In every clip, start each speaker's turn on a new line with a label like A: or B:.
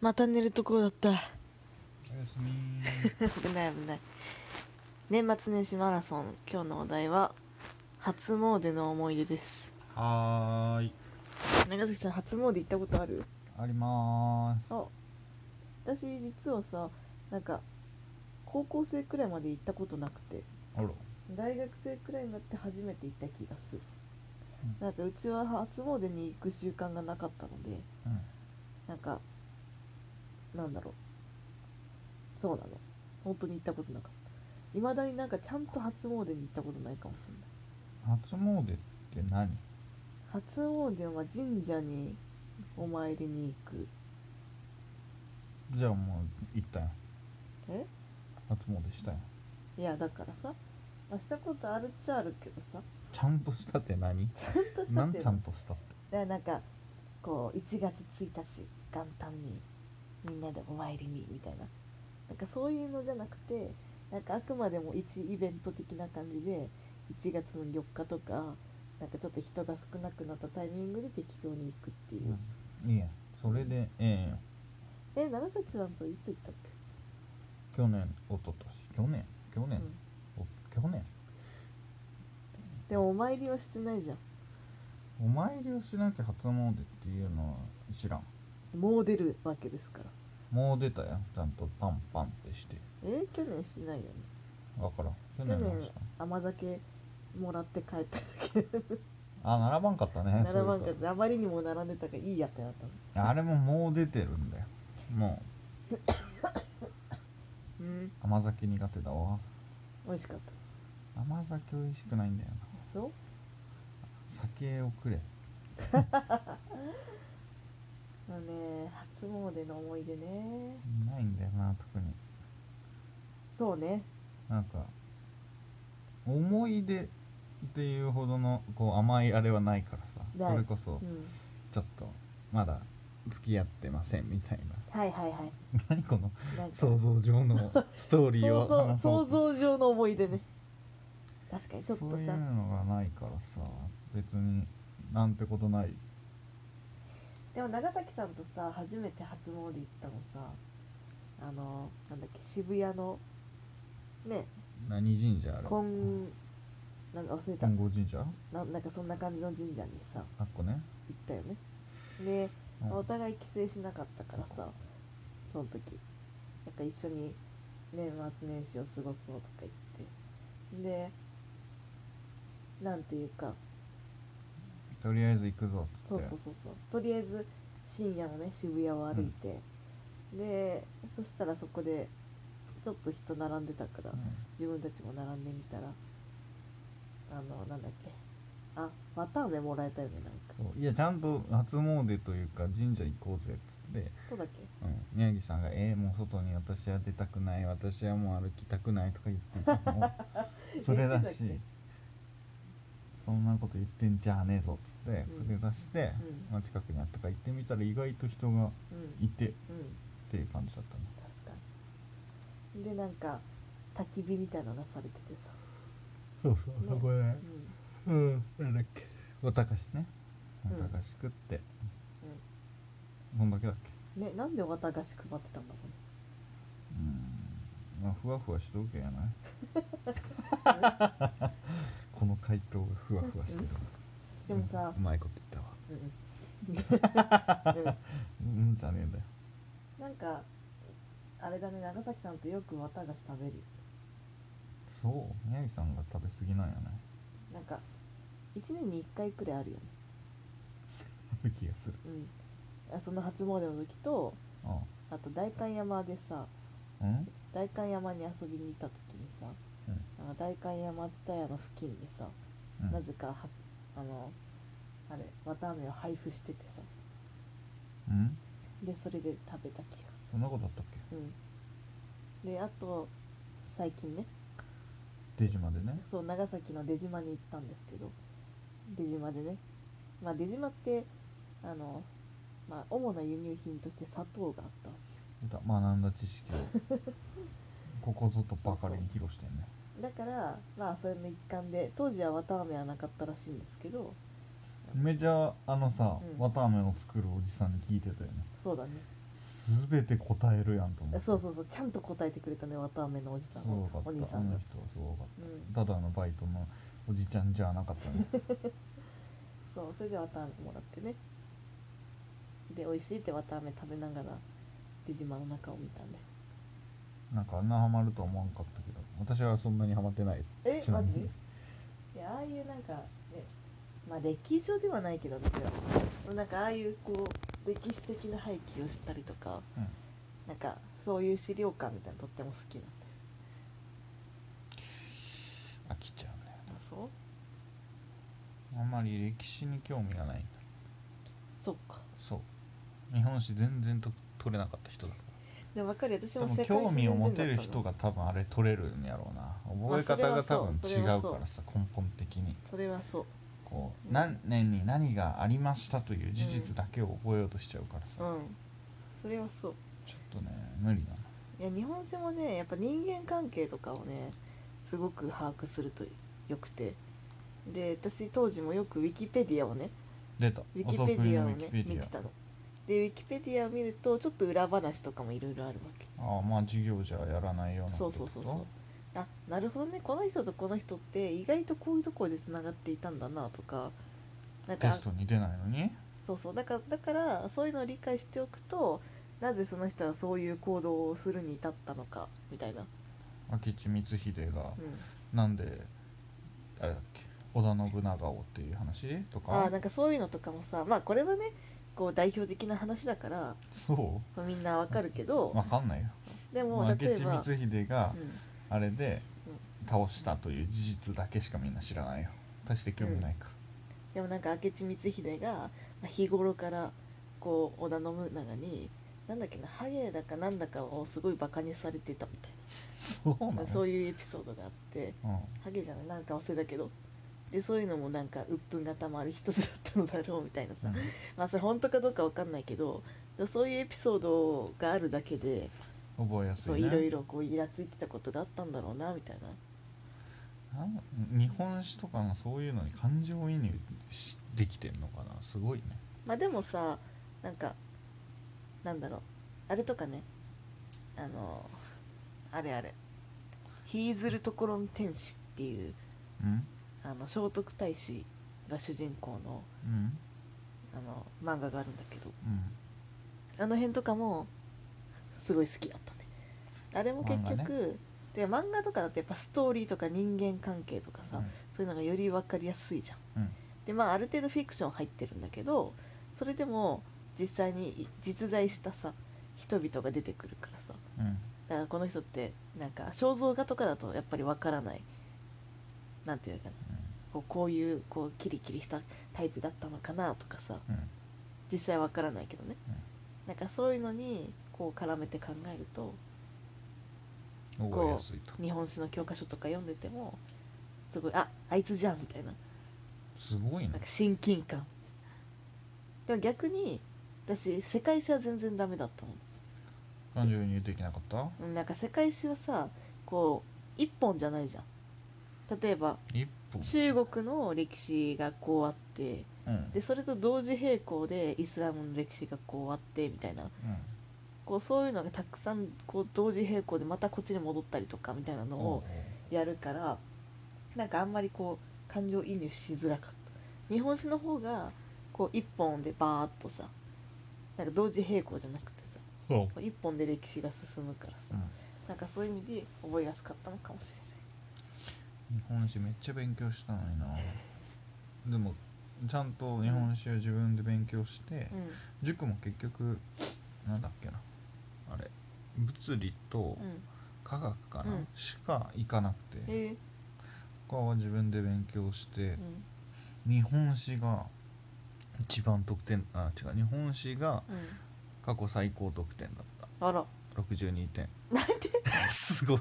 A: また寝るところだった
B: おやすみ
A: 危ない危ない年末年始マラソン今日のお題は初詣の思い出です
B: はーい
A: 長崎さん初詣行ったことある
B: ありまーす
A: あ私実はさなんか高校生くらいまで行ったことなくて
B: あら
A: 大学生くらいになって初めて行った気がする
B: う
A: なんかうちは初詣に行く習慣がなかったので
B: うん
A: なんかなんだろうそうだね本当に行ったことなかったいまだになんかちゃんと初詣に行ったことないかもしれない
B: 初詣って何
A: 初詣は神社にお参りに行く
B: じゃあもう行ったやん
A: え
B: 初詣したやん
A: いやだからさ、まあ、したことあるっちゃあるけどさ
B: ちゃんとしたって何
A: ちゃんとした
B: な
A: っ
B: ん
A: て
B: ちゃんとしたって
A: だからなんかこう1月1日元旦にみんなでお参りにみたいななんかそういうのじゃなくてなんかあくまでも一イベント的な感じで1月の4日とかなんかちょっと人が少なくなったタイミングで適当に行くっていう、
B: いいやんそれでええやん
A: え長崎さんといつ行ったっけ、
B: 去年一昨年去年去
A: う
B: 年、
A: ん、
B: お去年
A: でもお参りはしてないじゃん
B: お参りをしなきゃ初詣っていうのは知らん
A: もう出るわけですから
B: もう出たやんちゃんとパンパンってして
A: え去年してないよね
B: わからん
A: 去
B: 去年の
A: 年甘酒もらって帰っただけ
B: あ並ばんかったね
A: 並ばんか
B: そう
A: っ
B: いえ
A: たあまりにも並んでたからいいやってなったの
B: ばあれももう出てるんだよも
A: うん
B: う甘酒苦手だわ
A: 美味しかった
B: 甘酒美味しくないんだよな
A: そう
B: 酒をくれ
A: まあね初詣の思い出ね
B: ないんだよな特に
A: そうね
B: なんか思い出っていうほどのこう甘いあれはないから
A: ない
B: さそれこそ
A: うん
B: ちょっとまだ付き合ってませんみた いな
A: はいはいはい
B: 何この
A: なんか
B: 想像 上のストーリーを
A: 想像
B: 話そう
A: 想像上の思い出ね確かにちょっと
B: そういう
A: さ
B: のがないからさ別になんてことない
A: でも長崎さんとさ初めて初詣行ったのさあのなんだっけ渋谷のね
B: 何神社あれ
A: 金なんか忘れた
B: 金剛神社
A: ななんかそんな感じの神社にさ
B: あっこね、
A: 行ったよねで
B: うん
A: お互い帰省しなかったからさその時なんか一緒に年末年始を過ごそうとか言ってでなんていうか
B: とりあえず行くぞっつ
A: そ
B: っ
A: う
B: て
A: そうそうそうとりあえず深夜のね渋谷を歩いて、でそしたらそこでちょっと人並んでたから、
B: うん
A: 自分たちも並んでみたらあのなんだっけあ綿飴もらえたよねなんか
B: そういやちゃんと初詣というか神社行こうぜっつって、
A: そうだっけ
B: うん、宮城さんが「えー、もう外に私は出たくない私はもう歩きたくない」とか言っていた のそれ
A: 言っ
B: だ
A: てたっ
B: しそんなこと言ってんじゃねえぞっつって
A: うん
B: それ出して、
A: うん
B: まあ、近くにあったから行ってみたら意外と人が
A: けうん
B: いてっ
A: うん
B: ていう感じだったね
A: 確かにでなんか焚き火みたいなのがされててさ、
B: そうそう
A: ねそこ
B: で
A: うんうん、
B: うんなんだっけおたかしねお
A: うん
B: たかし食って、そんだけだっけ
A: ね、なんで綿菓子配ってたんだろうね
B: うんまあふわふわしとけやない この回答がふわふわしてる
A: でもさ
B: う、まいこと言ったわ
A: うんうん うん
B: うんじゃねえんだよ
A: なんかあれだね長崎さんとよく綿菓子食べるよ
B: そう宮城さんが食べ過ぎなんや ね
A: なんか1年に1回くらいあるよね
B: 気がする
A: うんあその初詣の時と
B: あ
A: あと代官山でさ
B: あうん
A: 代官山に遊びに行った時にさ、あの代官山蔦屋の付近でさ、
B: うん
A: なぜかはあのあれ綿飴を配布しててさ
B: うん
A: でそれで食べた気がす
B: そんなことあったっ
A: るうんであと最近ね
B: け出島でね
A: そう長崎の出島に行ったんですけど出島でねまあ出島ってあのまあ主な輸入品として砂糖があったわ
B: 出た学んだ知識を ここぞとばかりに披露してんね
A: けよだからまあそれの一環で当時は綿飴はなかったらしいんですけど
B: めちゃあのさ、
A: うん
B: 綿飴を作るおじさんに聞いてたよね
A: そうだね
B: す全て答えるやんと思って
A: そうそうそうちゃんと答えてくれたね綿あめのおじさん
B: すごかっ
A: お兄
B: た
A: さ
B: あ
A: んが
B: の人はすごかっ
A: うん
B: たただのバイトのおじちゃんじゃなかったね
A: そうそれで綿あめもらってねで美味しいって綿あめ食べながら出島の中を見たね
B: なんかあんなハマるとは思わんかったけど私はそんなにハマってない
A: え
B: ちな
A: マ
B: み
A: ジ
B: に
A: いやああいうなんかねまあ歴史上ではないけど私はなんかああいうこう歴史的な背景を知ったりとか、
B: うん
A: なんかそういう資料館みたいなのとっても好きなんだ
B: 飽きちゃうね
A: よそう
B: あんまり歴史に興味がないんだ
A: そっか
B: そう日本史全然と取れなかった人だか
A: でも分かる私
B: らで
A: も
B: も
A: 世界史
B: 興味を持
A: 全
B: て
A: 然
B: る
A: だったの
B: 人が多分あれ取れるんやろうな覚え方が多分違うからさ根本的に
A: それはそう
B: こ
A: う
B: うん何年に何がありましたという事実だけを覚えようとしちゃうからさ、
A: うんそれはそう
B: ちょっとね無理だない
A: や日本史もねやっぱ人間関係とかをねすごく把握するとよくてで私当時もよくウィキペディアをね
B: 出た
A: ウィキペディアをね見
B: お得意のウィキペデ
A: て
B: ィ
A: たのでウィキペディアを見るとちょっと裏話とかもいろいろあるわけ
B: アああまあ授業じゃやらないような
A: そ
B: こ
A: う
B: と
A: そ
B: っ
A: うそう
B: てこと
A: そうあなるほどねこの人とこの人って意外とこういうところでつながっていたんだなとかなん
B: テ
A: か
B: ストに出ないのに
A: そうそうだからだからそういうのを理解しておくとなぜその人はそういう行動をするに至ったのかみたいな、
B: 明智光秀が
A: うん、
B: なんであれだっけ織田信長をっていう話とか
A: あーなんかそういうのとかもさまあこれはねこう代表的な話だから
B: そ
A: まあみんなわかるけ
B: う
A: ど、
B: わかんないよ
A: でも
B: 明
A: 例え
B: 智
A: ば、
B: 光秀が
A: うん
B: あれで倒したという事実だけしかみんな知らないよ大して興味ないか、
A: でもなんか明智光秀がまあ日頃からこう織田信長になんだっけなハゲだかなんだかをすごいバカにされてたみたい
B: そうな
A: な
B: の
A: そういうエピソードがあって
B: うん
A: ハゲじゃないなんか忘れたけどでそういうのもなんか鬱憤がたまる一つだったのだろうみたいなさ、
B: うん
A: まあそれ本当かどうかわかんないけどそういうエピソードがあるだけで
B: 覚えやす
A: そう
B: い
A: いろ
B: ね
A: いろこうイラついてたことがあったんだろうなみたいな
B: なん日本史とかのそういうのに感情移入しできてんのかなすごいね
A: まあでもさなんかなんだろうあれとかねあのあれあれ「ひいずるところの天使」っていう
B: うん
A: あの聖徳太子が主人公の
B: うん
A: あの漫画があるんだけど
B: うん
A: あの辺とかもすごい好きだったねあれも結
B: 漫画
A: 局で漫画とかだってやっぱストーリーとか人間関係とかさ、そういうのがより分かりやすいじゃん
B: うん
A: でまあある程度フィクション入ってるんだけどそれでも実際に実在したさ人々が出てくるからさ
B: うんうん
A: だからこの人ってなんか肖像画とかだとやっぱりわからないなんていうのかなこうこういうこうキリキリしたタイプだったのかなとかさ
B: うん
A: 実際わからないけどね、なんかそういうのにこう絡めて考えると
B: うん覚えやすいと
A: 日本史の教科書とか読んでてもすごいああいつじゃんみたいな
B: すごい
A: な
B: ね
A: んか親近感でも逆に私世界史は全然ダメだったの
B: 感情移入できなかった
A: うんなんか世界史はさこう一本じゃないじゃん例えば
B: 一歩
A: 中国の歴史がこうあって
B: うんうん
A: でそれと同時並行でイスラムの歴史がこうあってみたいなこうそういうのがたくさんこう同時並行でまたこっちに戻ったりとかみたいなの
B: おうおう
A: をやるからなんかあんまりこう感情移入しづらかった日本史の方がこう一本でバーっとさなんか同時並行じゃなくてさ
B: そう
A: こう一本で歴史が進むからさ、
B: うん
A: なんかそういう意味で覚えやすかったのかもしれない
B: 日本史めっちゃ勉強したのになでもちゃんと日本史を自分で勉強して、塾も結局なんだっけなあれ物理と
A: うんうん
B: 科学かな、
A: うん
B: しか行かなくて
A: え
B: 他は自分で勉強し
A: ー
B: て
A: う、ん
B: 日本史が一番得点あ違う日本史が
A: うん
B: 過去最高得点だった
A: あら
B: 62点
A: なんて
B: すごい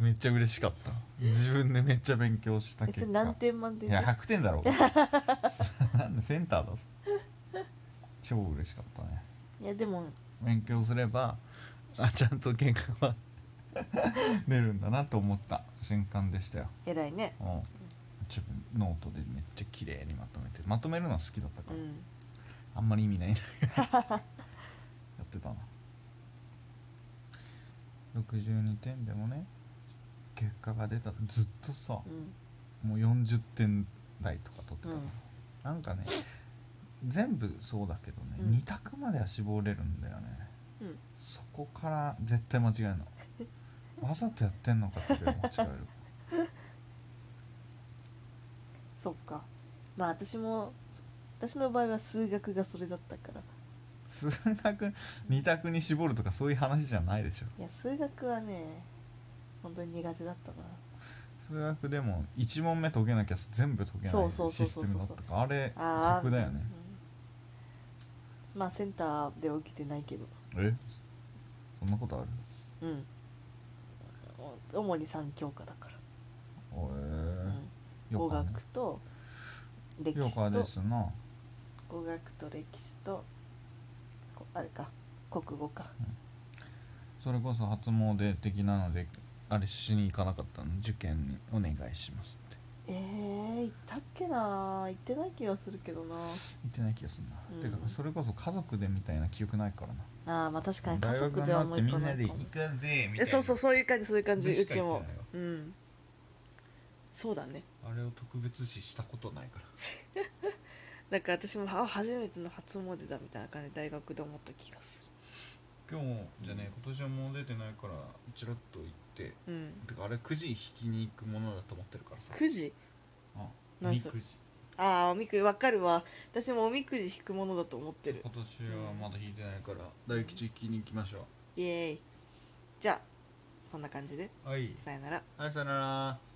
B: めっちゃ嬉しかった自分でめっちゃ勉強した
A: 別
B: 結
A: に
B: 果
A: 何点満点
B: い
A: で
B: や100点だろなんでセンターだぞ超嬉しかったね
A: いやでも
B: 勉強すればあちゃんと結果は 出るんだなと思った瞬間でしたよ、
A: 偉いね
B: うん、自分ノートでめっちゃ綺麗にまとめてまとめるのは好きだったか
A: う
B: ら、
A: ん
B: あんまり意味ないんだけどやってたな62点でもね結果が出たずっとさ
A: うん
B: もう40点台とか取ってた
A: う
B: の、
A: ん
B: なんかね全部そうだけどね、
A: うん
B: 2択までは絞れるんだよね、
A: うん
B: そこから絶対間違えるの わざとやってんのかっていう間違え る
A: そっかまあ私も私の場合は数学がそれだったから
B: 数学2択に絞るとかそういう話じゃないでしょ
A: いや数学はね本当に苦手だったな
B: 数学でも1問目解けなきゃ全部解け
A: そ
B: な
A: うそう
B: い
A: そう
B: シ
A: そ
B: ス
A: う
B: テ
A: そう
B: ムだったからあれ
A: ああ
B: 酷だよね
A: うんまあセンターで起きてないけど
B: えそんなことある
A: うん主に3教科だから、う
B: お
A: ん
B: えー、
A: 語
B: よかね
A: 学と歴
B: よ
A: 史
B: かで
A: と
B: すな
A: 語学と歴史とこあれか国語か
B: それこそ初詣的なのであれしに行かなかったの受験にお願いしますって
A: えー、行ったっけな行ってない気がするけどな
B: 言ってない気がするな、
A: うん
B: てかそれこそ家族でみたいな記憶ないからな
A: あーまあ確かに家
B: 大
A: 族
B: 学
A: では
B: に
A: も
B: な
A: う
B: って
A: 行
B: み
A: か
B: ん
A: なかも
B: ないで行くんぜみた
A: え
B: いな
A: そうそうそういう感じそういう感じ
B: で
A: う
B: しか
A: ち
B: 行っ
A: も
B: てないわ
A: うんそうだね
B: あれを特別視したことないから
A: だから私もあ初めての初詣だみたいな感じで大学で思った気がす
B: 今日もじゃね今年はもう出てないからチラッと行って
A: るうん
B: てかあれ9時引きに行くものだと思ってるからさ
A: くじ
B: あ
A: 何
B: み
A: それ
B: くじ
A: ああおみくじわかるわ私もおみくじ引くものだと思ってる
B: 今年はまだ引いてないから大吉引きに行きましょ
A: イエーイじゃあこんな感じで
B: うはい
A: さよなら
B: はいさよなら